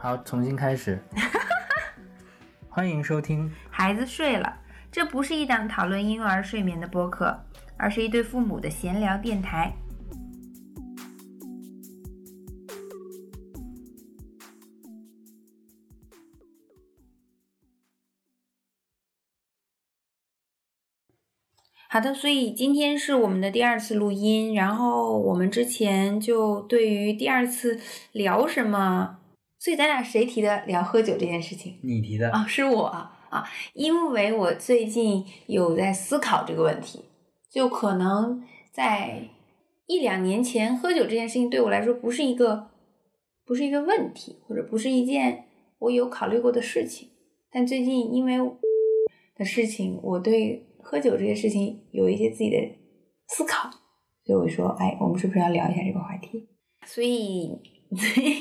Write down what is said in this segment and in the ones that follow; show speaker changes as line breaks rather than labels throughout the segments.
好，重新开 始。欢迎收听，
孩子睡了，这不是一档讨论婴幼儿睡眠的播客，而是一对父母的闲聊电台。好的，所以今天是我们的第二次录音，然后我们之前就对于第二次聊什么，所以咱俩谁提的聊喝酒这件事情？
你提的，
啊，是我啊，因为我最近有在思考这个问题，就可能在一两年前，喝酒这件事情对我来说不是一个不是一个问题，或者不是一件我有考虑过的事情。但最近因为的事情，我对喝酒这件事情有一些自己的思考，所以我说，哎，我们是不是要聊一下这个话题？所以， 所以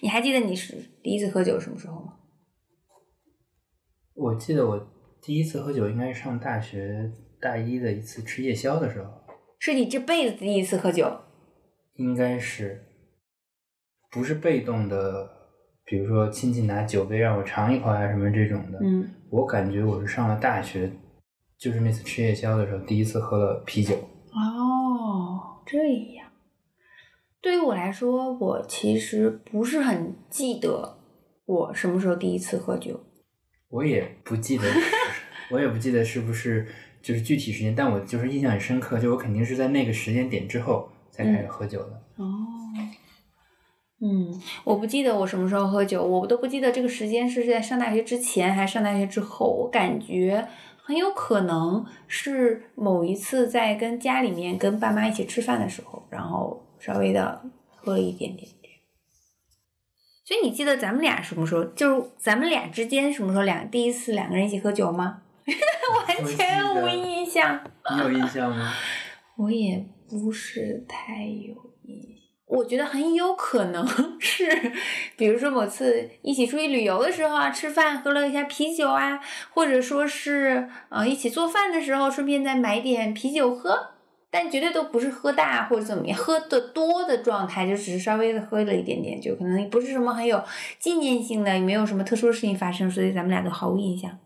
你还记得你是第一次喝酒是什么时候吗？
我记得我第一次喝酒应该是上大学大一的一次吃夜宵的时候，
是你这辈子第一次喝酒，
应该是不是被动的，比如说亲戚拿酒杯让我尝一口啊什么这种的，
嗯，
我感觉我是上了大学，就是那次吃夜宵的时候第一次喝了啤酒。
哦，这样。对于我来说，我其实不是很记得我什么时候第一次喝酒。
我也不记得，我也不记得是不是就是具体时间，但我就是印象很深刻，就我肯定是在那个时间点之后才开始喝酒的。
哦，嗯，我不记得我什么时候喝酒，我都不记得这个时间是在上大学之前还是上大学之后。我感觉很有可能是某一次在跟家里面跟爸妈一起吃饭的时候，然后稍微的喝了一点点。所以你记得咱们俩什么时候，就是咱们俩之间什么时候两第一次两个人一起喝酒吗？ 完全无印象。
你有印象吗？
我也不是太有印象，我觉得很有可能 是，比如说某次一起出去旅游的时候啊，吃饭喝了一下啤酒啊，或者说是呃一起做饭的时候，顺便再买点啤酒喝，但绝对都不是喝大或者怎么样，喝的多的状态，就只是稍微的喝了一点点，就可能不是什么很有纪念性的，也没有什么特殊的事情发生，所以咱们俩都毫无印象。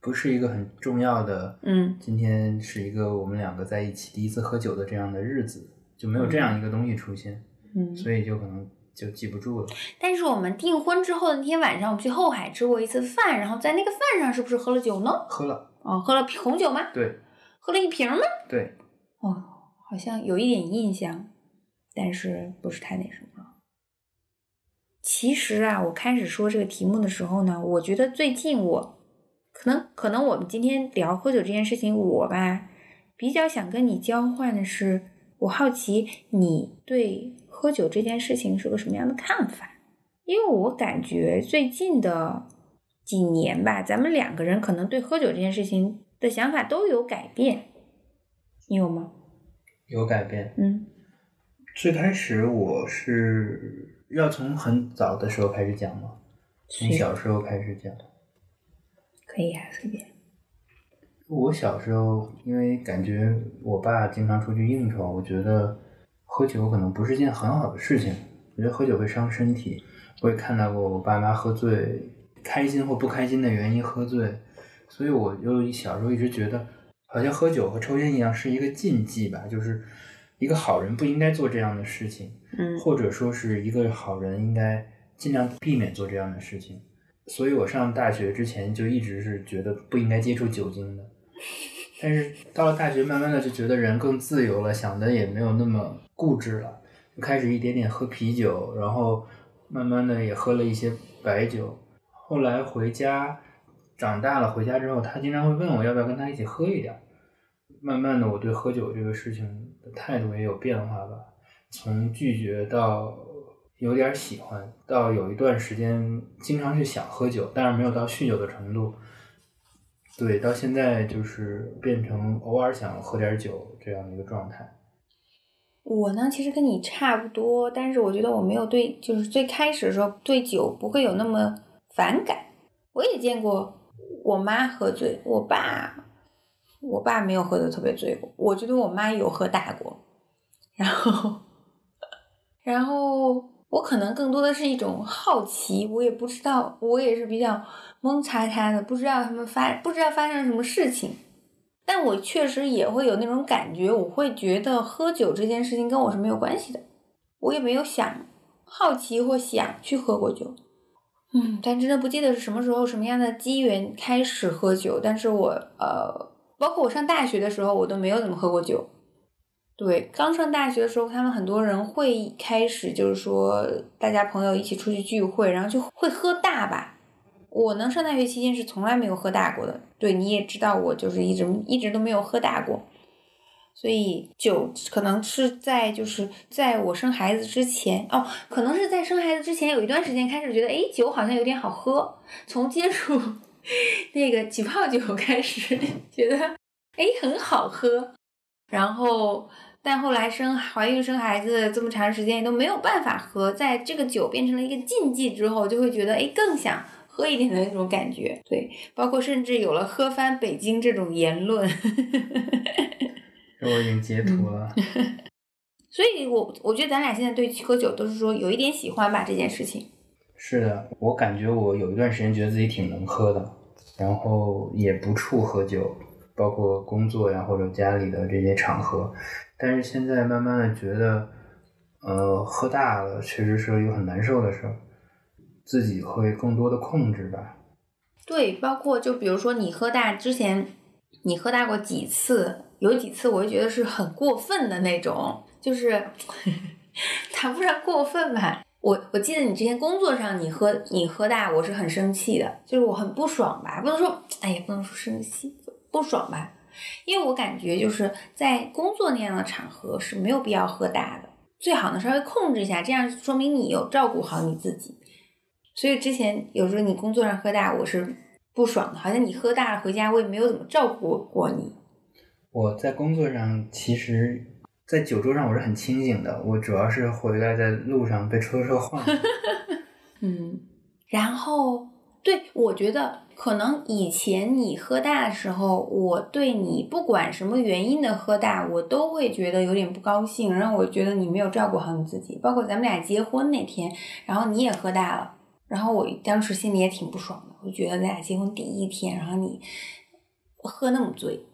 不是一个很重要的，
嗯
今天是一个我们两个在一起第一次喝酒的这样的日子，就没有这样一个东西出现，
嗯。
所以就可能就记不住了。
但是我们订婚之后的那天晚上，我们去后海吃过一次饭，然后在那个饭上是不是喝了酒呢？
喝了，
哦，喝了红酒吗？
对
喝了一瓶吗？
对，
哦，好像有一点印象，但是不是太那什么了。其实啊，我开始说这个题目的时候呢，我觉得最近我可能可能我们今天聊喝酒这件事情，我吧比较想跟你交换的是，我好奇你对喝酒这件事情是个什么样的看法，因为我感觉最近的几年吧，咱们两个人可能对喝酒这件事情的想法都有改变，你有吗？
有改变。
嗯
最开始我是要从很早的时候开始讲吗？从
是
小时候开始讲。，
可以啊，随便。
我小时候，因为感觉我爸经常出去应酬，我觉得喝酒可能不是件很好的事情。我觉得喝酒会伤身体。我也看到过我爸妈喝醉，开心或不开心的原因喝醉，所以我就小时候一直觉得，好像喝酒和抽烟一样是一个禁忌吧，就是一个好人不应该做这样的事情。
嗯
或者说是一个好人应该尽量避免做这样的事情。所以我上大学之前就一直是觉得不应该接触酒精的，但是到了大学，慢慢的就觉得人更自由了，想的也没有那么固执了，就开始一点点喝啤酒，然后慢慢的也喝了一些白酒。后来回家，长大了回家之后，他经常会问我要不要跟他一起喝一点儿。慢慢的，我对喝酒这个事情的态度也有变化吧。从拒绝到有点喜欢，到有一段时间经常去想喝酒，但是没有到酗酒的程度。对，到现在就是变成偶尔想喝点酒这样的一个状态。
我呢，其实跟你差不多，但是我觉得我没有对，就是最开始的时候对酒不会有那么反感。我也见过我妈喝醉，我爸，我爸没有喝的特别醉过，我 觉得我妈有喝大过，然后，然后我可能更多的是一种好奇，我也不知道，我也是比较懵叉叉的，不知道他们发不知道发生了什么事情。但我确实也会有那种感觉，我会觉得喝酒这件事情跟我是没有关系的，我也没有想好奇或想去喝过酒。嗯，但真的不记得是什么时候、什么样的机缘开始喝酒。但是我呃，包括我上大学的时候，我都没有怎么喝过酒。对，刚上大学的时候，他们很多人会开始就是说，大家朋友一起出去聚会，然后就会喝大吧。我呢，上大学期间是从来没有喝大过的。对，你也知道，我就是一直一直都没有喝大过。所以酒可能是在就是在我生孩子之前哦，可能是在生孩子之前有一段时间开始觉得，诶，酒好像有点好喝。从接触 那个起泡酒开始， 觉得诶很好喝。然后，但后来生怀孕生孩子这么长时间都没有办法喝，在这个酒变成了一个禁忌之后，就会觉得诶更想喝一点的那种感觉。对，包括甚至有了喝翻北京这种言论。
这我已经截图了。
所以我，我觉得咱俩现在对喝酒都是说有一点喜欢吧这件事情。
是的，我感觉我有一段时间觉得自己挺能喝的，然后也不怵喝酒，包括工作呀或者家里的这些场合。但是现在慢慢的觉得，呃，喝大了确实是一个很难受的事儿，自己会更多的控制吧。
对，包括就比如说你喝大之前，你喝大过几次？有几次我就觉得是很过分的那种，就是 谈不上过分吧。我我记得你之前工作上你喝你喝大，我是很生气的，就是我很不爽吧，不能说哎呀不能说生气，不爽吧，因为我感觉就是在工作那样的场合是没有必要喝大的，最好呢稍微控制一下，这样说明你有照顾好你自己。所以之前有时候你工作上喝大，我是不爽的，好像你喝大了回家，我也没有怎么照顾过你。
我在工作上其实，在酒桌上我是很清醒的，我主要是回来在路上被出租车晃。
嗯，然后对我觉得可能以前你喝大的时候，我对你不管什么原因的喝大，我都会觉得有点不高兴，让我觉得你没有照顾好你自己。包括咱们俩结婚那天，然后你也喝大了，然后我当时心里也挺不爽的，我觉得咱俩结婚第一天，然后你喝那么醉。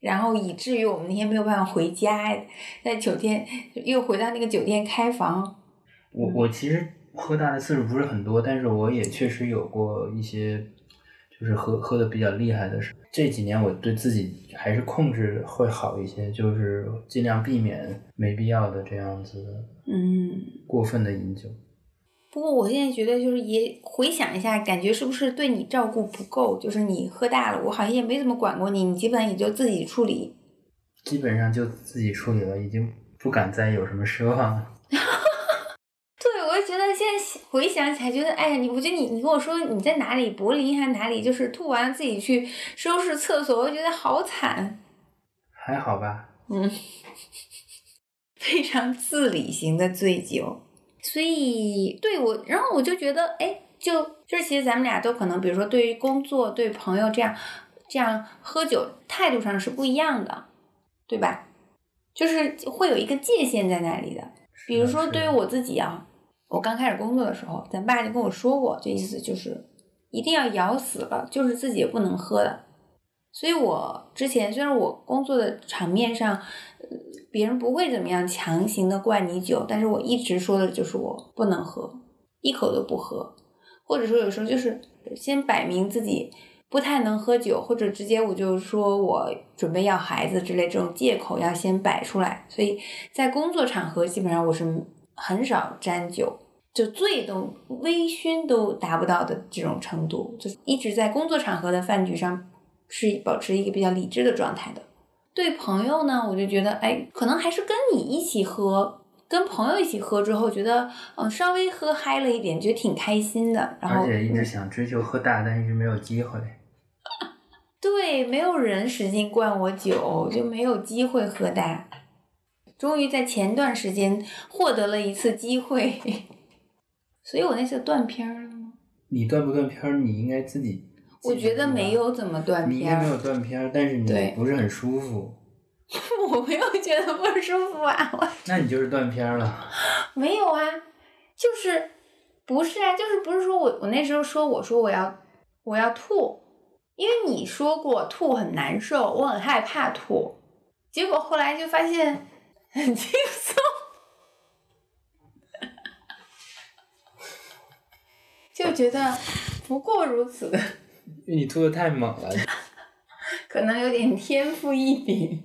然后以至于我们那天没有办法回家，在酒店又回到那个酒店开房。
我我其实喝大的次数不是很多，但是我也确实有过一些，就是喝喝的比较厉害的事。这几年我对自己还是控制会好一些，就是尽量避免没必要的这样子
嗯，
过分的饮酒。
不过我现在觉得就是也回想一下，感觉是不是对你照顾不够？就是你喝大了，我好像也没怎么管过你，你基本上也就自己处理。
基本上就自己处理了，已经不敢再有什么奢望了。
对，我就觉得现在回想起来，觉得哎呀，你我觉得你你跟我说你在哪里，柏林还是哪里，就是吐完了自己去收拾厕所，我觉得好惨，
还好吧，
非常自理型的醉酒。所以对我，然后我就觉得，哎，就就是其实咱们俩都可能，比如说对于工作、对朋友这样这样喝酒态度上是不一样的，对吧？就是会有一个界限在那里的。比如说，
是的
对于我自己啊，我刚开始工作的时候，咱爸就跟我说过，这意思就是一定要咬死了，就是自己也不能喝的。所以我之前虽然我工作的场面上，呃别人不会怎么样强行的灌你酒，但是我一直说的就是我不能喝，一口都不喝，或者说有时候就是先摆明自己不太能喝酒，或者直接我就说我准备要孩子之类这种借口要先摆出来。所以在工作场合基本上我是很少沾酒，就醉都微醺都达不到的这种程度，就是一直在工作场合的饭局上是保持一个比较理智的状态的。对朋友呢，我就觉得，哎，可能还是跟你一起喝，跟朋友一起喝之后，觉得，嗯，稍微喝嗨了一点，觉得挺开心的。然
而
后，嗯
且一直想追求喝大，但一直没有机会。
对，没有人使劲灌我酒，就没有机会喝大。终于在前段时间获得了一次机会， 所以我那次断片儿了吗？
你断不断片儿，你应该自己。
我觉得没有怎么断
啊你应
片
该没
儿
有。断片儿，但是你
对
不是很舒服。
我没有觉得不舒服啊，我
那你就是断片儿了。
没有啊，就是不是啊，就是不是说我我那时候说我说我要我要吐，因为你说过吐很难受，我很害怕吐，结果后来就发现很轻松， 就觉得不过如此，
因为你吐的太猛 了，
可能有点天赋异禀。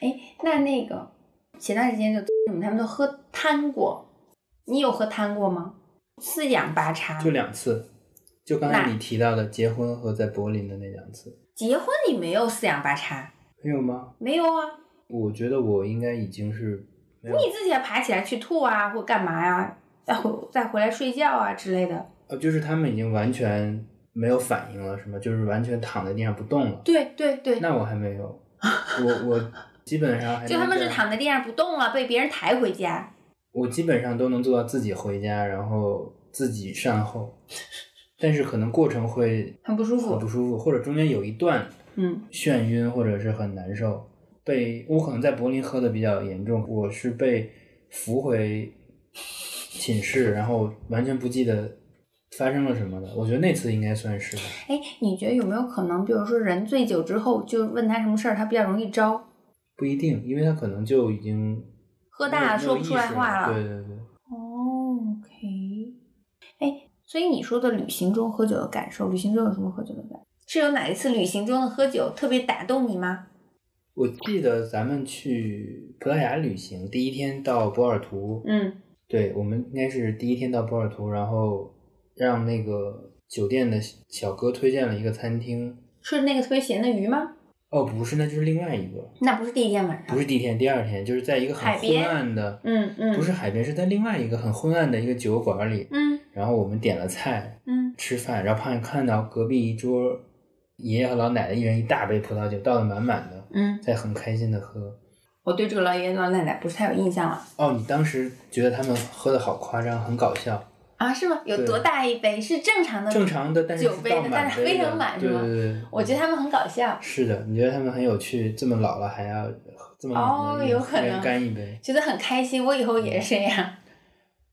哎，那那个前段时间就我们他们都喝汤过，你有喝汤过吗？四仰八叉，
就两次，就刚才你提到的结婚和在柏林的那两次，
结婚你没有四仰八叉，
没有吗？
没有啊？
我觉得我应该已经是没有，
你自己要爬起来去吐啊，或干嘛呀、再回再回来睡觉啊之类的。
呃，就是他们已经完全没有反应了，是吗？就是完全躺在地上不动了。
对对对，
那我还没有， 我我基本上还
就他
能
们是
在
躺在地上不动了，被别人抬回家。
我基本上都能做到自己回家，然后自己善后，但是可能过程会
很不舒服
很不舒服，或者中间有一段
嗯，
眩晕或者是很难受。被我可能在柏林喝的比较严重，我是被扶回寝室，然后完全不记得发生了什么的。我觉得那次应该算是吧。
哎，你觉得有没有可能，比如说人醉酒之后，就问他什么事儿，他比较容易招，
不一定，因为他可能就已经
喝大了
没有
说
没有
不
意
出来
识
话了。
对对对，
哦，OK，哎，所以你说的旅行中喝酒的感受，旅行中有什么喝酒的感受？是有哪一次旅行中的喝酒特别打动你吗？
我记得咱们去葡萄牙旅行，第一天到波尔图，
嗯
对我们应该是第一天到波尔图，然后让那个酒店的小哥推荐了一个餐厅。，
是那个特别咸的鱼吗？
哦，不是，那就是另外一个，
那不是第一天晚上。
不是第一天，第二天就是在一个很
海
昏
边
暗的，
嗯嗯，
不是海边，是在另外一个很昏暗的一个酒馆里。
嗯
然后我们点了菜，
嗯，
吃饭，然后看看到隔壁一桌爷爷和老奶奶一人一大杯葡萄酒，倒的满满的，
嗯，
在很开心的喝。
我对这个老爷爷老奶奶不是太有印象了
哦，你当时觉得他们喝的好夸张，很搞笑。
啊？是吗？有
对
多大一杯？是正常的。
正。常的，但是
酒
是
杯
倒
的
满
但是非
的
常满
对
是吗
对对，
我觉得他们很搞笑，
是的。你觉得他们很有趣，这么老了还要喝这么老
哦
的
有可能
干一杯。
觉得很开心。我以后也是这样。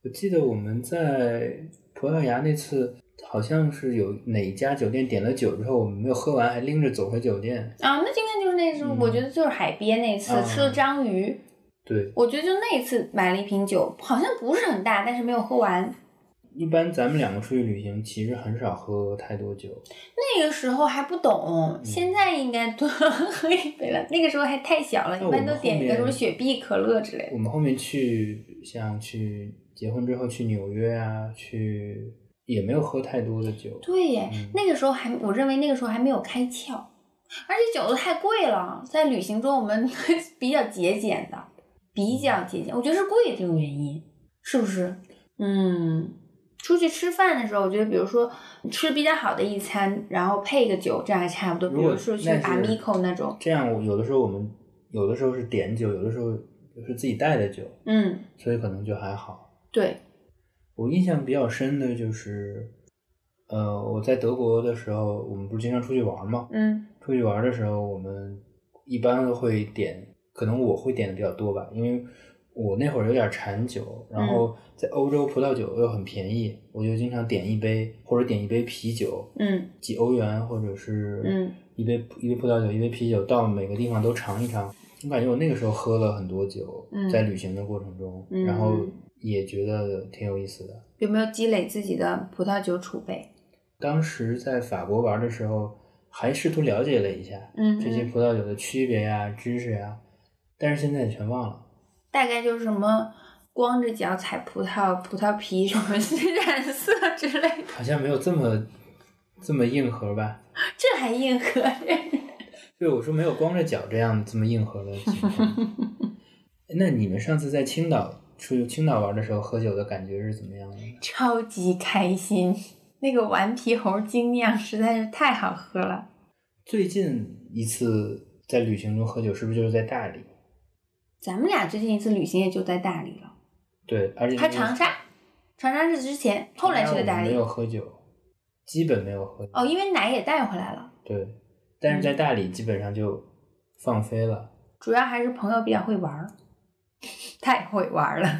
我记得我们在葡萄牙那次，好像是有哪家酒店点了酒之后，我们没有喝完，还拎着走回酒店。
啊，那今天就是那次，
嗯
我觉得就是海边那次、
啊
吃了章鱼。
对，
我觉得就那一次买了一瓶酒，好像不是很大，但是没有喝完。
一般咱们两个出去旅行，其实很少喝太多酒。
那个时候还不
嗯
懂，现在应该多 喝一杯了。那个时候还太小了，
那
一
我们
般都点一个
后
什么
面
雪碧、可乐之类的。
我们后面去，像去结婚之后去纽约啊，去也没有喝太多的酒。
对耶，
嗯
那个时候还我认为那个时候还没有开窍，而且酒都太贵了，在旅行中我们 比较节俭的，
嗯
比较节俭，我觉得是贵这种原因，是不是？嗯，出去吃饭的时候，我觉得比如说吃比较好的一餐，然后配个酒，这样还差不多。比
如果
如说去
那是
Amico 那种，
这样，我有的时候我们有的时候是点酒，有的时候就是自己带的酒，
嗯，
所以可能就还好。
对，
我印象比较深的就是，呃，我在德国的时候，我们不是经常出去玩吗？
嗯
出去玩的时候，我们一般都会点，可能我会点的比较多吧，因为我那会儿有点馋酒，然
嗯
后在欧洲葡萄酒又很便宜，我就经常点一杯或者点一杯啤酒，
嗯
几欧元或者是
嗯
一杯一杯葡萄酒，一杯啤酒，到每个地方都尝一尝。我感觉我那个时候喝了很多酒，
嗯
在旅行的过程中，
嗯
然后也觉得挺有意思的。
有没有积累自己的葡萄酒储备？
当时在法国玩的时候，还试图了解了一下
嗯，
这些
嗯
葡萄酒的区别呀、知识呀、但是现在全忘了。
大概就是什么光着脚踩葡萄、葡萄皮什么 染色之类的。
好像没有这么这么硬核吧？
这还硬核？
对，我说没有光着脚这样这么硬核的情况。 那你们上次在青岛出去青岛玩的时候，喝酒的感觉是怎么样的呢？
超级开心！那个顽皮猴精酿实在是太好喝了。
最近一次在旅行中喝酒，是不是就是在大理？
咱们俩最近一次旅行也就在大理了，
对，而且
还长沙，长沙是之前，后来去的大
我们
理
没。有喝酒，基本没有喝酒。
哦，因为奶也带回来了。嗯
对，但是在大理基本上就放飞了。
主要还是朋友比较会玩儿，太会玩儿了。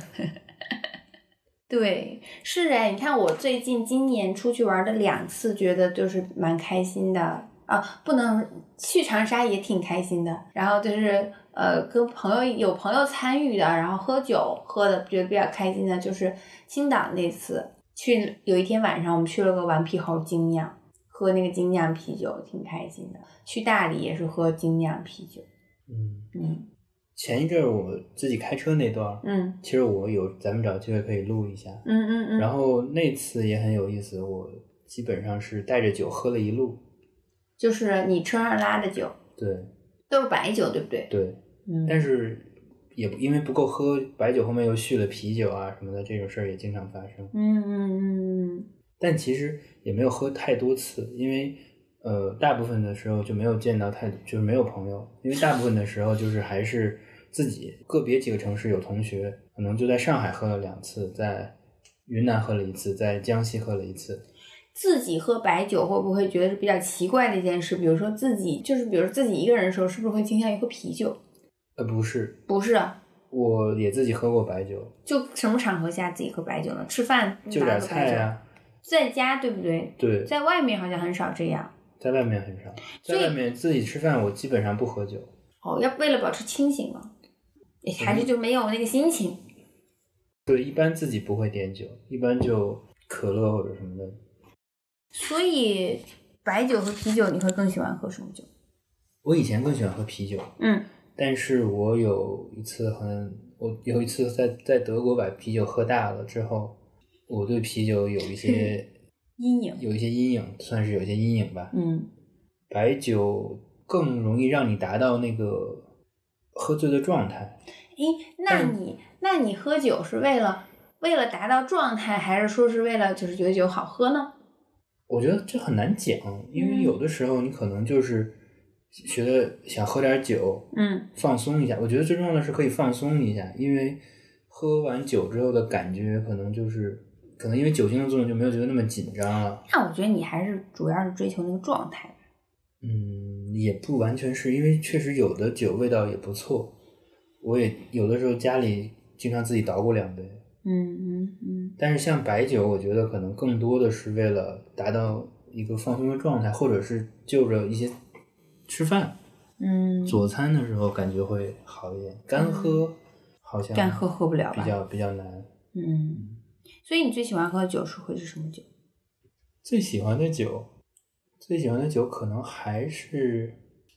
对，是哎，你看我最近今年出去玩儿的两次，觉得就是蛮开心的啊，不能去长沙也挺开心的，然后就是呃跟朋友有朋友参与的，然后喝酒喝的觉得比较开心的，就是青岛那次去有一天晚上我们去了个顽皮猴精酿，喝那个精酿啤酒挺开心的，去大理也是喝精酿啤酒，
嗯，
嗯
前一阵儿我自己开车那段儿，
嗯
其实我有，咱们找机会可以录一下。
嗯嗯嗯，
然后那次也很有意思，我基本上是带着酒喝了一路。
就是你车上拉的酒
对
都是白酒，对不对？
对，
嗯
但是也不因为不够喝白酒，后面又续了啤酒啊什么的，这种事儿也经常发生。
嗯嗯嗯
但其实也没有喝太多次，因为呃，大部分的时候就没有见到太就是没有朋友，因为大部分的时候就是还是自己，个别几个城市有同学，可能就在上海喝了两次，在云南喝了一次，在江西喝了一次。
自己喝白酒会不会觉得是比较奇怪的一件事？比如说自己就是，比如说自己一个人的时候，是不是会倾向于喝啤酒？
呃，不是，
不是啊，
我也自己喝过白酒，
就什么场合下自己喝白酒呢？吃饭
就点菜
呀、
啊，
在家对不对？
对，
在外面好像很少这样。
在外面很少，
所
在
以
外面自己吃饭我基本上不喝酒。
哦，要为了保持清醒嘛，也还
嗯
是就没有那个心情。
对，一般自己不会点酒，一般就可乐或者什么的。
所以白酒和啤酒，你会更喜欢喝什么酒？
我以前更喜欢喝啤酒，
嗯
但是我有一次很，我有一次在在德国把啤酒喝大了之后，我对啤酒有一些
阴影
有一些阴影，算是有一些阴影吧。
嗯
白酒更容易让你达到那个喝醉的状态，
诶，那
嗯
你那你喝酒是为了为了达到状态，还是说是为了就是觉得酒好喝呢？
我觉得这很难讲，因为
嗯
有的时候你可能就是觉得想喝点酒，
嗯
放松一下。我觉得最重要的是可以放松一下，因为喝完酒之后的感觉可能就是，可能因为酒精的作用就没有觉得那么紧张了。
那我觉得你还是主要是追求那个状态吧。
嗯，也不完全是因为确实有的酒味道也不错，我也有的时候家里经常自己捣鼓两杯。
嗯嗯嗯
但是像白酒，我觉得可能更多的是为了达到一个放松的状态，或者是就着一些吃饭
嗯，
佐餐的时候感觉会好一点。干喝好像
干喝喝不了吧
比？较比较难。
嗯，所以你最喜欢喝的酒是会是什么酒？
最喜欢的酒，最喜欢的酒可能还是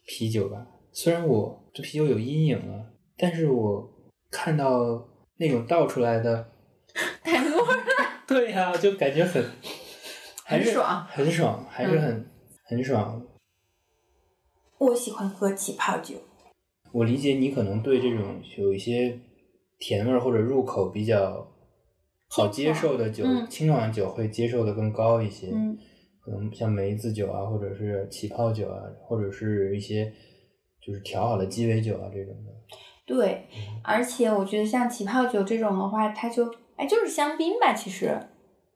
啤酒吧。虽然我对啤酒有阴影了，但是我看到那种倒出来的，
太多了。
对呀、就感觉很，还是
很爽嗯
很爽，还是很、很爽。
我喜欢喝起泡酒。
我理解你可能对这种有一些甜味儿或者入口比较好接受的酒，
清爽嗯
清爽的酒会接受的更高一些。
嗯
可能像梅子酒啊，或者是起泡酒啊，或者是一些就是调好的鸡尾酒啊这种的。
对，
嗯
而且我觉得像起泡酒这种的话，它就哎就是香槟吧，其实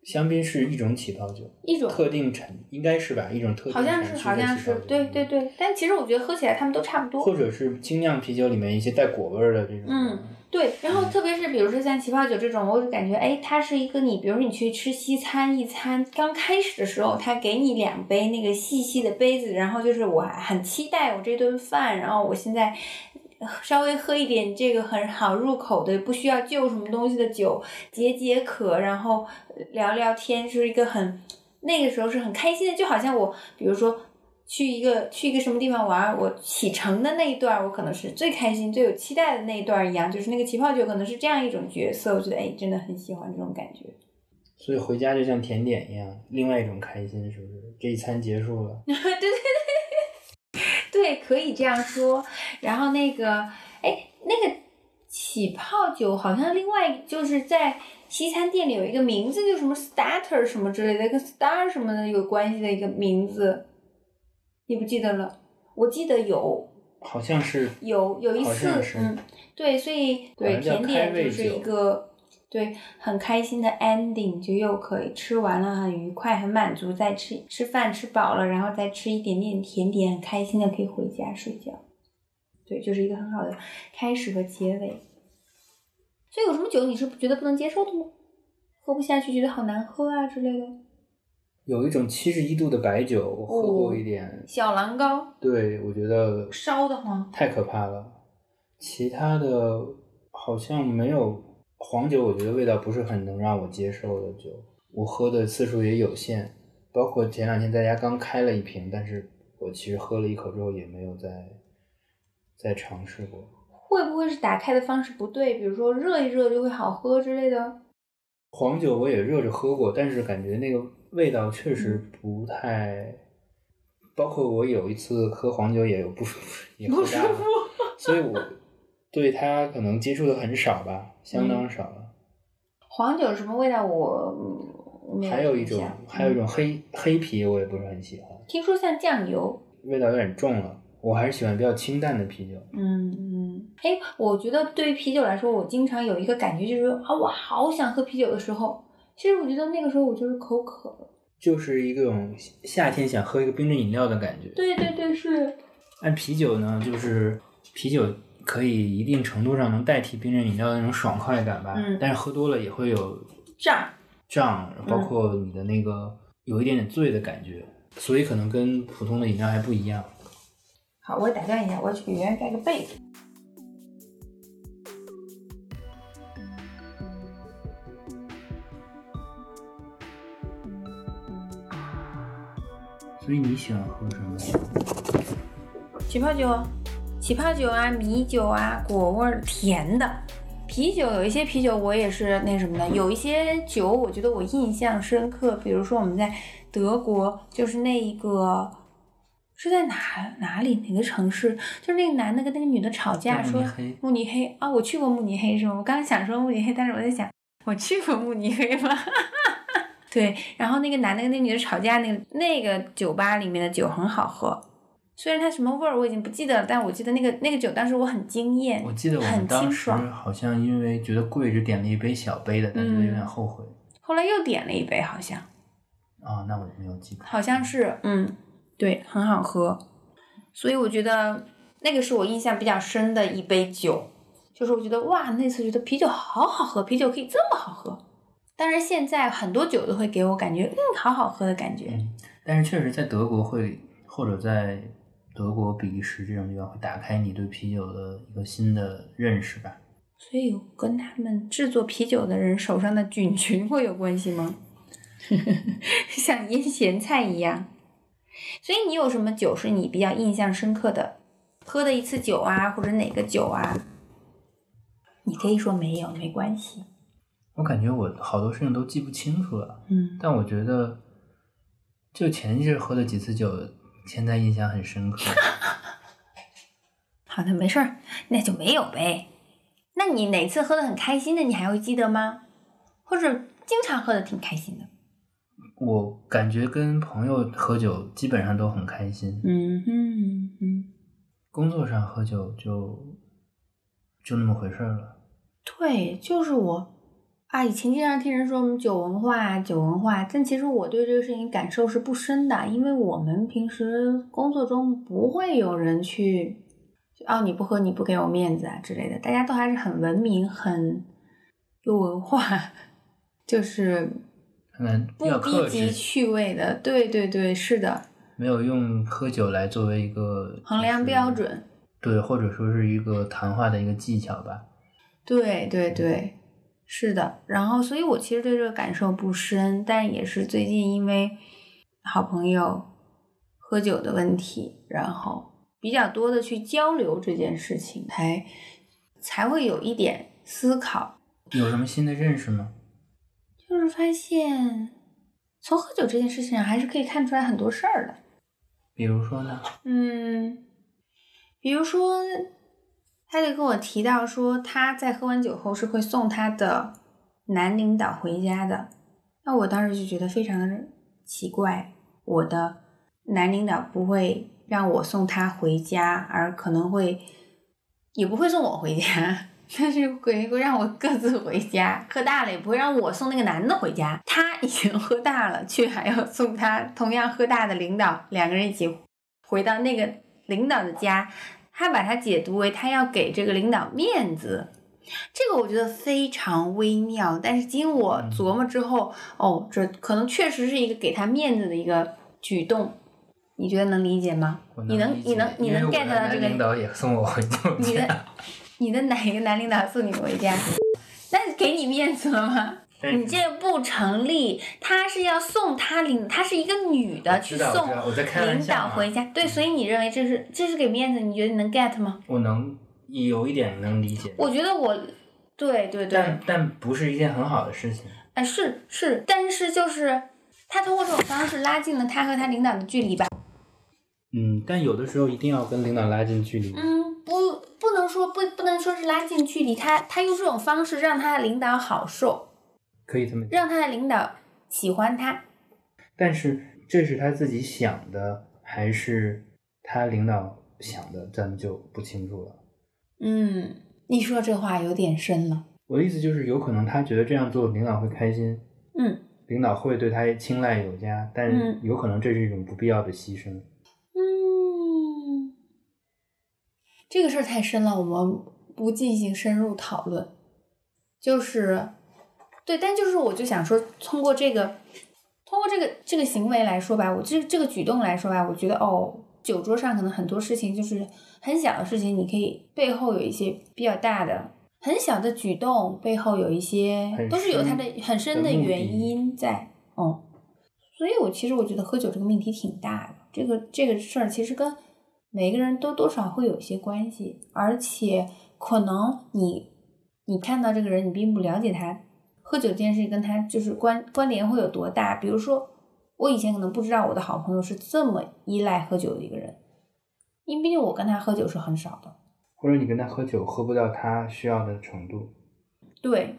香槟是一种起泡酒，
一种
特定产应该是吧？一种特定
好像是
产区
好
的
像
起
是
泡酒嗯
对对。对，但其实我觉得喝起来它们都差不多。
或者是精酿啤酒里面一些带果味儿的这种。
嗯，对，然后特别是比如说像起泡酒这种，我就感觉哎，它是一个你，比如说你去吃西餐一餐，刚开始的时候，它给你两杯那个细细的杯子，然后就是我很期待我这顿饭，然后我现在呃稍微喝一点这个很好入口的，不需要就什么东西的酒，解解渴，然后呃聊聊天，是一个很那个时候是很开心的，就好像我比如说。去一个去一个什么地方玩儿，我启程的那一段儿，我可能是最开心、最有期待的那一段儿一样，就是那个起泡酒可能是这样一种角色，我觉得哎，真的很喜欢这种感觉。
所以回家就像甜点一样，另外一种开心，是不是？这一餐结束了，
对对对 对，对，可以这样说。然后那个，哎，那个起泡酒好像另外就是在西餐店里有一个名字，就什么 starter 什么之类的，跟 star 什么的有关系的一个名字，你不记得了？我记得有，
好像是
有有一
好
次
像，是
嗯，对，所以对
好像叫
甜点
开胃
就是一
酒
个对很开心的 ending，就又可以吃完了，很愉快，很满足，再吃吃饭吃饱了，然后再吃一点点甜点，很开心的可以回家睡觉。对，就是一个很好的开始和结尾。所以有什么酒你是觉得不能接受的吗？喝不下去，觉得好难喝啊之类的？
有一种七十一度的白酒，我
哦
喝过一点，
小狼膏
对我觉得
烧的慌，
太可怕了。其他的好像没有黄酒，我觉得味道不是很能让我接受的酒，我喝的次数也有限。包括前两天在家刚开了一瓶，但是我其实喝了一口之后也没有再再尝试过。
会不会是打开的方式不对？比如说热一热就会好喝之类的？
黄酒我也热着喝过，但是感觉那个味道确实
嗯
不太。包括我有一次喝黄酒也有不舒服，也喝
不舒
大了
服，
所以我对它可能接触的很少吧，相
嗯
当少了。
黄酒是什么味道我？嗯没
还有一
印
种
象，
还有一
嗯
种黑、黑啤，我也不是很喜欢，
听说像酱油，
味道有点重了。我还是喜欢比较清淡的啤酒。
嗯嗯，哎，我觉得对于啤酒来说，我经常有一个感觉就是啊，我好想喝啤酒的时候，其实我觉得那个时候我就是口渴了。
就是一种夏天想喝一个冰镇饮料的感觉。
对对对，是，
按啤酒呢，就是啤酒可以一定程度上能代替冰镇饮料的那种爽快感吧，
嗯
但是喝多了也会有
胀，
胀，
嗯
包括你的那个有一点点醉的感觉，所以可能跟普通的饮料还不一样。
好，我打断一下，我要去给圆圆盖个被子。
所以你喜欢喝什么？
起泡酒，起泡酒啊，米酒啊，果味儿甜的。啤酒有一些啤酒我也是那什么的，有一些酒我觉得我印象深刻，比如说我们在德国，就是那一个是在哪哪里哪个城市，就是那个男的跟那个女的吵架
慕
说
尼黑
慕尼黑啊、我去过慕尼黑是吗？我刚才想说慕尼黑，但是我在想我去过慕尼黑吗？ 对，然后那个男的跟那女的吵架，那个那个酒吧里面的酒很好喝，虽然它什么味儿我已经不记得了，但我记得那个那个酒当时我很惊艳，
我记得我们
很清
当时
爽。
好像因为觉得贵，只点了一杯小杯的，但觉得有点
嗯
后悔。
后来又点了一杯，好像
啊、那我没有记住。
好像是嗯，对，很好喝，所以我觉得那个是我印象比较深的一杯酒，就是我觉得哇，那次觉得啤酒好好喝，啤酒可以这么好喝。当然，现在很多酒都会给我感觉，嗯，好好喝的感觉。
嗯，但是确实在德国会，或者在德国、比利时这种地方会打开你对啤酒的一个新的认识吧。
所以跟他们制作啤酒的人手上的菌群会有关系 吗？像腌咸菜一样。所以你有什么酒是你比较印象深刻的？喝的一次酒啊，或者哪个酒啊？你可以说没有，没关系。
我感觉我好多事情都记不清楚了，
嗯，
但我觉得，就前一阵喝的几次酒，现在印象很深 刻。
好的，没事儿，那就没有呗。那你哪次喝的很开心的，你还会记得吗？或者经常喝的挺开心的？
我感觉跟朋友喝酒基本上都很开心，
嗯嗯嗯，
工作上喝酒就就那么回事儿了。
对，就是我啊，以前经常听人说我们酒文化啊，酒文化，但其实我对这个事情感受是不深的，因为我们平时工作中不会有人去，就哦你不喝你不给我面子啊之类的，大家都还是很文明、很有文化，就是
看来比
不
较
低
克
级
制，
趣味的。对对对，是的，
没有用喝酒来作为一个
衡量
就是
标准。
对，或者说是一个谈话的一个技巧吧。
对对对，是的。然后，所以我其实对这个感受不深，但也是最近因为好朋友喝酒的问题，然后比较多的去交流这件事情，才才会有一点思考，
有什么新的认识吗？
就是发现从喝酒这件事情上还是可以看出来很多事儿的。
比如说呢？
嗯，比如说，他就跟我提到说，他在喝完酒后是会送他的男领导回家的。那我当时就觉得非常的奇怪，我的男领导不会让我送他回家，而可能会也不会送我回家，但是会会让我各自回家。喝大了也不会让我送那个男的回家，他已经喝大了，却还要送他同样喝大的领导，两个人一起回到那个领导的家，他把它解读为他要给这个领导面子，这个我觉得非常微妙。但是经我
嗯
琢磨之后，哦，这可能确实是一个给他面子的一个举动。你觉得能理解吗？
我
你能
理解
你能你
因为
能
我的
get 到
男
这个
领导也送我回 旧
你
家，
的 你的哪一个男领导送你回家？ 那给你面子了吗？
但是
你这不成立，他是要送他领，她是一个女
我
的去
知道我
送
知道我在开玩
领
笑啊嗯
导
嘛
回家，对，所以你认为这是这是给面子？你觉得你能 get 吗？
我能有一点能理解，
我觉得我，对对对，
但但不是一件很好的事情。
哎，是是，但是就是他通过这种方式拉近了他和他领导的距离吧。
嗯，但有的时候一定要跟领导拉近距离。
嗯，不不能说不不能说是拉近距离，他他用这种方式让他的领导好受，
可以这么讲，
让他的领导喜欢他。
但是这是他自己想的，还是他领导想的，咱们就不清楚了。
嗯，你说这话有点深了。
我的意思就是，有可能他觉得这样做领导会开心，
嗯
领导会对他青睐有加，但
嗯
有可能这是一种不必要的牺牲。
嗯，这个事儿太深了，我们不进行深入讨论。就是，对，但就是我就想说，通过这个，通过这个这个行为来说吧，我这这个举动来说吧，我觉得哦，酒桌上可能很多事情就是很小的事情，你可以背后有一些比较大的。很小的举动背后有一些
很
都是有它的
深
很深的
的目的
原因在，哦、所以我其实我觉得喝酒这个命题挺大的，这个这个事儿其实跟每个人都多少会有一些关系，而且可能你你看到这个人，你并不了解他，喝酒这件事情跟他就是关关联会有多大。比如说，我以前可能不知道我的好朋友是这么依赖喝酒的一个人，因为毕竟我跟他喝酒是很少的。
或者你跟他喝酒，喝不到他需要的程度。
对，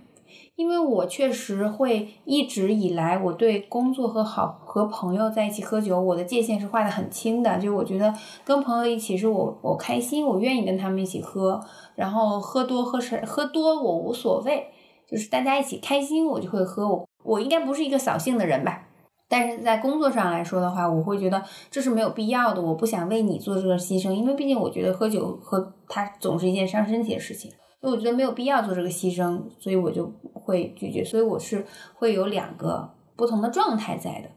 因为我确实会一直以来，我对工作和好和朋友在一起喝酒，我的界限是画的很清的。就我觉得跟朋友一起是我我开心，我愿意跟他们一起喝，然后喝多喝少喝多我无所谓，就是大家一起开心我就会喝。我我应该不是一个扫兴的人吧。但是在工作上来说的话，我会觉得这是没有必要的，我不想为你做这个牺牲，因为毕竟我觉得喝酒喝它总是一件伤身体的事情。所以我觉得没有必要做这个牺牲，所以我就会拒绝。所以我是会有两个不同的状态在的。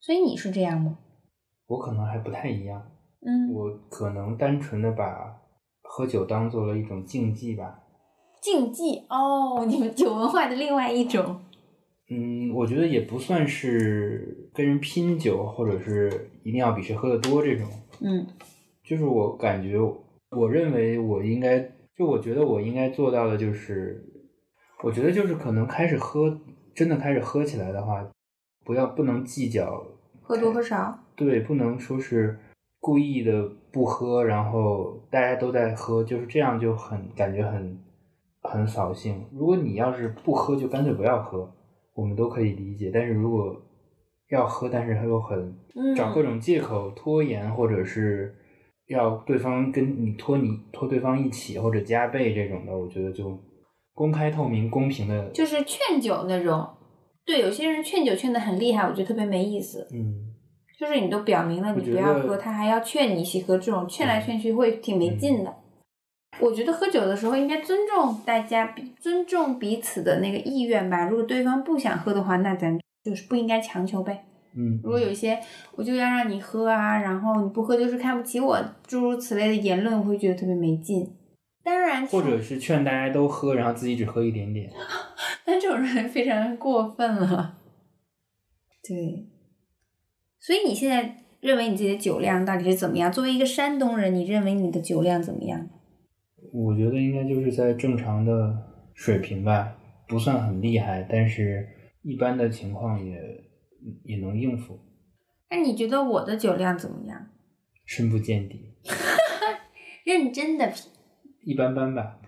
所以你是这样吗？
我可能还不太一样，
嗯，
我可能单纯的把喝酒当做了一种竞技吧。
竞技哦，你们酒文化的另外一种。
嗯，我觉得也不算是跟人拼酒，或者是一定要比谁喝得多这种。
嗯
就是我感觉，我认为我应该，就我觉得我应该做到的就是，我觉得就是可能开始喝，真的开始喝起来的话，不要不能计较，
喝多喝少。
对，不能说是故意的不喝，然后大家都在喝，就是这样就很感觉很很扫兴。如果你要是不喝，就干脆不要喝，我们都可以理解。但是如果要喝，但是又很
嗯
找各种借口拖延，或者是要对方跟你拖你拖对方一起或者加倍这种的，我觉得就公开透明、公平的，
就是劝酒那种。对，有些人劝酒劝的很厉害，我觉得特别没意思。
嗯。
就是你都表明了
我
你不
觉
要
得
喝，他还要劝你一起喝，这种劝来
嗯
劝去会挺没劲的。我觉得喝酒的时候应该尊重大家，彼尊重彼此的那个意愿吧。如果对方不想喝的话，那咱就是不应该强求呗。
嗯，
如果有一些我就要让你喝啊，然后你不喝就是看不起我，诸如此类的言论，我会觉得特别没劲。当然，
或者是劝大家都喝，然后自己只喝一点点，
但这种人非常过分了。 对，所以你现在认为你自己的酒量到底是怎么样？作为一个山东人，你认为你的酒量怎么样？
我觉得应该就是在正常的水平吧，不算很厉害，但是一般的情况也嗯也能应付，
那你觉得我的酒量怎么样？
深不见底，
认真的品，
一般般吧。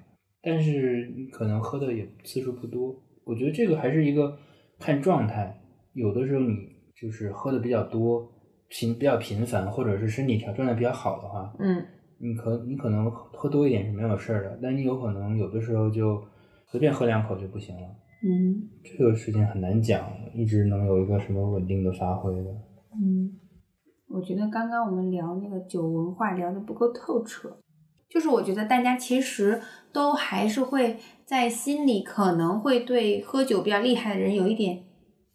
但是你可能喝的也次数不多，我觉得这个还是一个看状态，有的时候你就是喝的比较多，频比较频繁，或者是身体条状态比较好的话，
嗯
你可你可能喝多一点是没有事儿的，但你有可能有的时候就随便喝两口就不行了。
嗯
这个事情很难讲，一直能有一个什么稳定的发挥的。
嗯，我觉得刚刚我们聊那个酒文化聊的不够透彻，就是我觉得大家其实都还是会在心里可能会对喝酒比较厉害的人有一点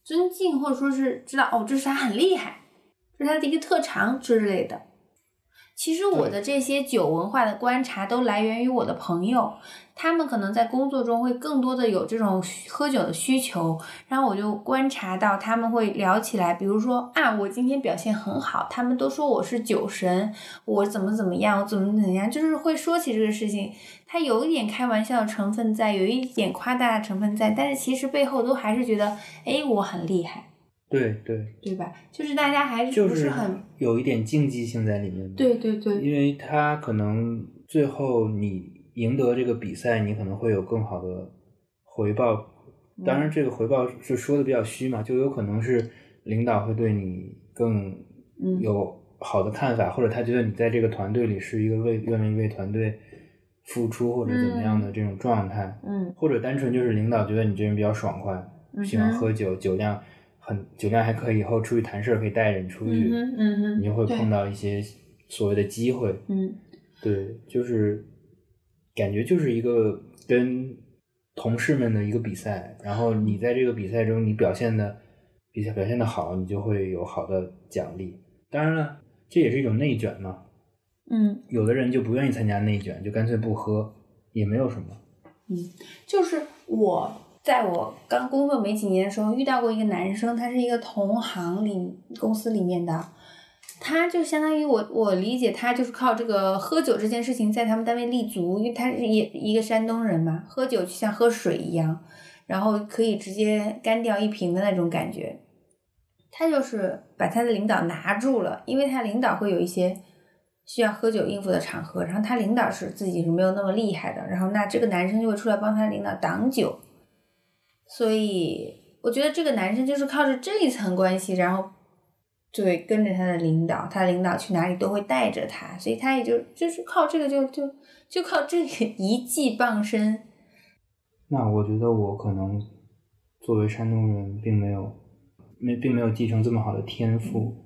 尊敬，或者说是知道哦，这是他很厉害，这是他的一个特长之类的。其实我的这些酒文化的观察都来源于我的朋友，他们可能在工作中会更多的有这种喝酒的需求，然后我就观察到他们会聊起来，比如说啊，我今天表现很好，他们都说我是酒神，我怎么怎么样，我怎么怎么样，就是会说起这个事情，它有一点开玩笑的成分在，有一点夸大的成分在，但是其实背后都还是觉得，哎，我很厉害，
对对，
对吧？就是大家还是
就
哎不
是
很
有一点竞技性在里面。
对，对对
因为他可能最后你赢得这个比赛，你可能会有更好的回报。当
嗯
然，这个回报是说的比较虚嘛，就有可能是领导会对你更
嗯
有好的看法，或者他觉得你在这个团队里是一个为愿意为团队付出或者怎么样的这种状态，
嗯
或者单纯就是领导觉得你这人比较爽快，
嗯
喜欢
哼
喝酒，酒量很酒量还可以，以后出去谈事儿可以带着你出去，
嗯哼嗯哼，
你就会
对
碰到一些所谓的机会。
嗯
对，就是感觉就是一个跟同事们的一个比赛，然后你在这个比赛中你表现的比赛表现的好，你就会有好的奖励。当然了，这也是一种内卷嘛，
嗯。
有的人就不愿意参加内卷，就干脆不喝，也没有什么。
就是我在我刚工作没几年的时候遇到过一个男生，他是一个同行里公司里面的，他就相当于我我理解他就是靠这个喝酒这件事情在他们单位立足，因为他是也一个山东人嘛，喝酒就像喝水一样，然后可以直接干掉一瓶的那种感觉。他就是把他的领导拿住了，因为他领导会有一些需要喝酒应付的场合，然后他领导是自己是没有那么厉害的，然后那这个男生就会出来帮他领导挡酒，所以我觉得这个男生就是靠着这一层关系，然后对跟着他的领导，他领导去哪里都会带着他，所以他也就就是靠这个就就就靠这个 一技傍身，
那我觉得我可能作为山东人，并没有没并没有继承这么好的天赋。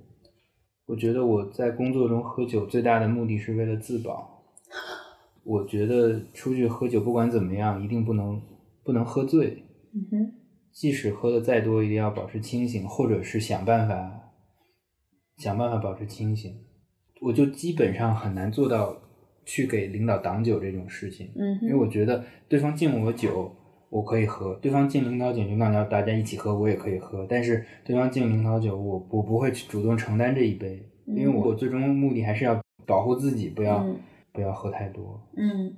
我觉得我在工作中喝酒最大的目的是为了自保。我觉得出去喝酒不管怎么样，一定不能不能喝醉，
嗯哼，
即使喝的再多，一定要保持清醒，或者是想办法想办法保持清醒。我就基本上很难做到去给领导挡酒这种事情。
嗯
因为我觉得对方敬我酒，我可以喝；对方敬领导酒，领导要大家一起喝，我也可以喝。但是对方敬领导酒，我我不会去主动承担这一杯，因为我最终目的还是要保护自己，不要、
嗯
不要喝太多。
嗯，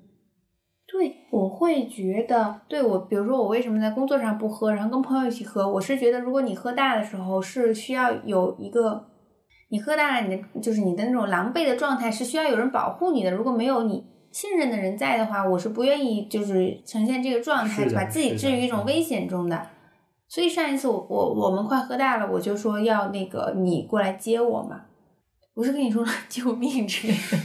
对，我会觉得，对我，比如说我为什么在工作上不喝，然后跟朋友一起喝，我是觉得如果你喝大的时候是需要有一个，你喝大了你的就是你的那种狼狈的状态是需要有人保护你的，如果没有你信任的人在的话，我是不愿意就是呈现这个状态，
是的
把自己
是的嗯
置于一种
是的
危险中的。所以上一次我我我们快喝大了，我就说要那个你过来接我嘛，不是跟你说 救命之类的。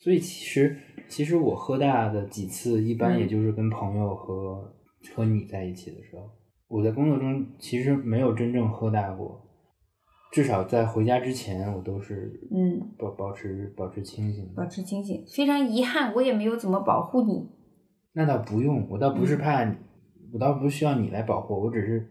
所以其实其实我喝大的几次，一般
嗯
也就是跟朋友和、和你在一起的时候。我在工作中其实没有真正喝大过，至少在回家之前，我都是
嗯，
保保持保持清醒的。
保持清醒。非常遗憾，我也没有怎么保护你。
那倒不用，我倒不
嗯
是怕，你，我倒不需要你来保护，我只是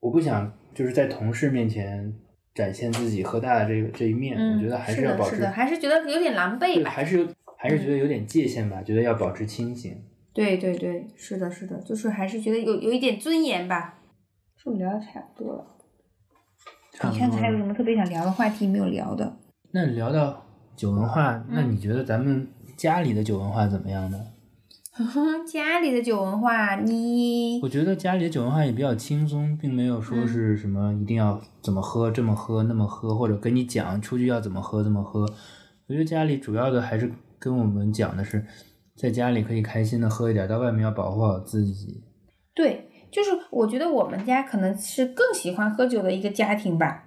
我不想就是在同事面前展现自己喝大的这个这一面，
嗯，
我觉得还
是
要保
的，
持，
是的，嗯还是觉得有点狼狈
对，
吧。
还是有还是觉得有点界限吧，觉得要保持清醒。
对对对，是的，是的，就是还是觉得有有一点尊严吧。是我们聊的差不多了，
差不
你
多
看看还有
了
什么特别想聊的话题没有聊的？
嗯那聊到酒文化，那
嗯
你觉得咱们家里的酒文化怎么样呢？
家里的酒文化，你
我觉得家里的酒文化也比较轻松，并没有说是什么一定要怎么喝、这么喝、那么喝，或者跟你讲出去要怎么喝、怎么喝。我觉得家里主要的还是跟我们讲的是，在家里可以开心的喝一点，到外面要保护好自己。
对，就是我觉得我们家可能是更喜欢喝酒的一个家庭吧。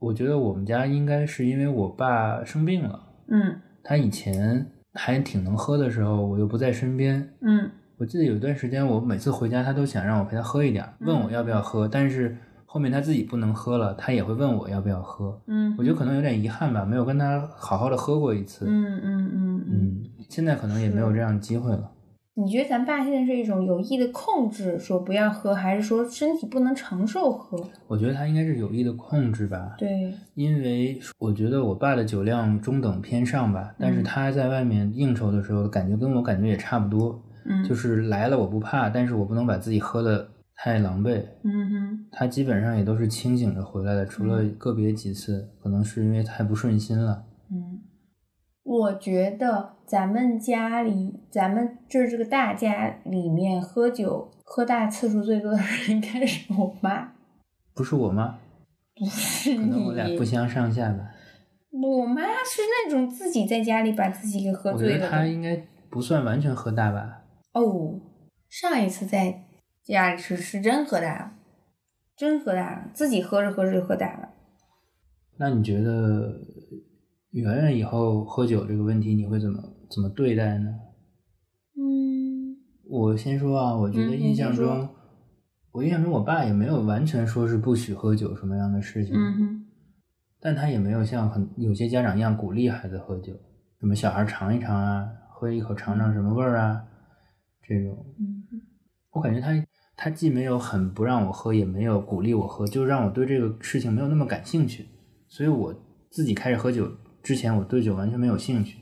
我觉得我们家应该是因为我爸生病了，
嗯
他以前还挺能喝的时候，我又不在身边。
嗯
我记得有一段时间，我每次回家，他都想让我陪他喝一点，问我要不要喝，但是后面他自己不能喝了，他也会问我要不要喝。
嗯，
我觉得可能有点遗憾吧，没有跟他好好的喝过一次。
嗯嗯嗯嗯。
嗯，现在可能也没有这样的机会了。
你觉得咱爸现在是一种有意的控制，说不要喝，还是说身体不能承受喝？
我觉得他应该是有意的控制吧，
对，
因为我觉得我爸的酒量中等偏上吧，但是
嗯
他在外面应酬的时候，感觉跟我感觉也差不多，
嗯，，
就是是来了我不怕，但是我不能把自己喝的太狼狈。
嗯哼，
他基本上也都是清醒着回来的，除了个别几次，可能是因为太不顺心了。
嗯。我觉得咱们家里，咱们就是这个大家里面喝酒喝大次数最多的人应该是我妈，
不是我妈，
不是
可
你。
能我俩不相上下吧。
我妈是那种自己在家里把自己给喝
我觉
醉
得
了
他
的。
应该不算完全喝大吧。
哦，上一次在家里是是真喝大了，真喝大了，自己喝着喝着就喝大了。
那你觉得圆圆以后喝酒这个问题，你会怎么怎么对待呢？
嗯
我先说啊，我觉得
嗯
印象
你先说
中，我印象中我爸也没有完全说是不许喝酒什么样的事情，
嗯哼，
但他也没有像很有些家长一样鼓励孩子喝酒，什么小孩尝一尝啊，喝一口尝尝什么味儿啊，这种，
嗯哼，
我感觉他他既没有很不让我喝，也没有鼓励我喝，就让我对这个事情没有那么感兴趣，所以我自己开始喝酒之前，我对酒完全没有兴趣。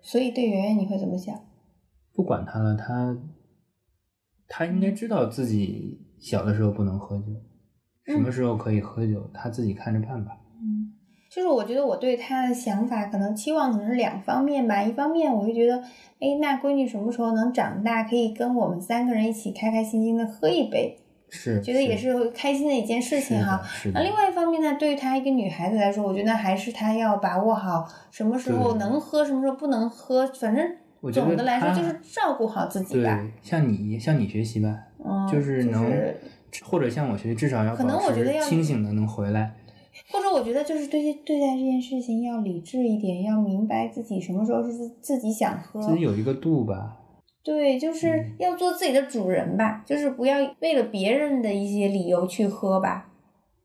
所以对圆圆你会怎么想？
不管他了，他他应该知道自己小的时候不能喝酒，什么时候可以喝酒，他自己看着办吧。
嗯，就是我觉得我对她的想法可能期望可能是两方面吧，一方面我会觉得，哎，那闺女什么时候能长大，可以跟我们三个人一起开开心心的喝一杯，
是，
觉得也是开心的一件事情哈。
是的。是的
那另外一方面呢，对于她一个女孩子来说，我觉得还是她要把握好什么时候
对
能喝，什么时候不能喝，反正
我觉得
总的来说
她
就是照顾好自己吧。
对，像你像你学习吧，
嗯，
是能、
是
或者像我学习，至少要
可能
保
我觉
持
得要
清醒的能回来。
或者我觉得就是对对待这件事情要理智一点，要明白自己什么时候是自自己想喝，
自己有一个度吧，
对，就是
嗯
要做自己的主人吧，就是不要为了别人的一些理由去喝吧。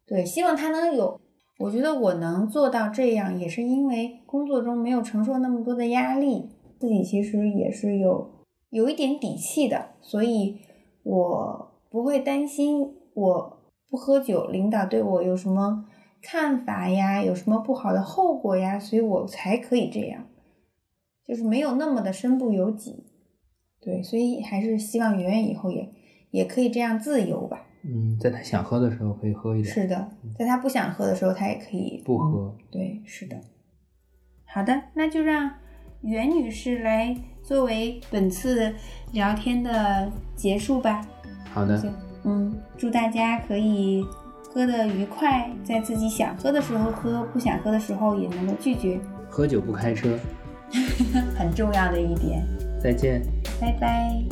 对，希望他能有。我觉得我能做到这样，也是因为工作中没有承受那么多的压力，自己其实也是有有一点底气的，所以我不会担心我不喝酒，领导对我有什么看法呀，有什么不好的后果呀，所以我才可以这样，就是没有那么的身不由己。对，所以还是希望圆圆以后也也可以这样自由吧。
嗯，在他想喝的时候可以喝一点，
是的，在他不想喝的时候，他也可以
不
嗯
喝。
对，是的。好的，那就让袁女士来作为本次聊天的结束吧。
好的，
行嗯，祝大家可以喝的愉快，在自己想喝的时候喝，不想喝的时候也能够拒绝，
喝酒不开车，
很重要的一点。
再见。
拜拜。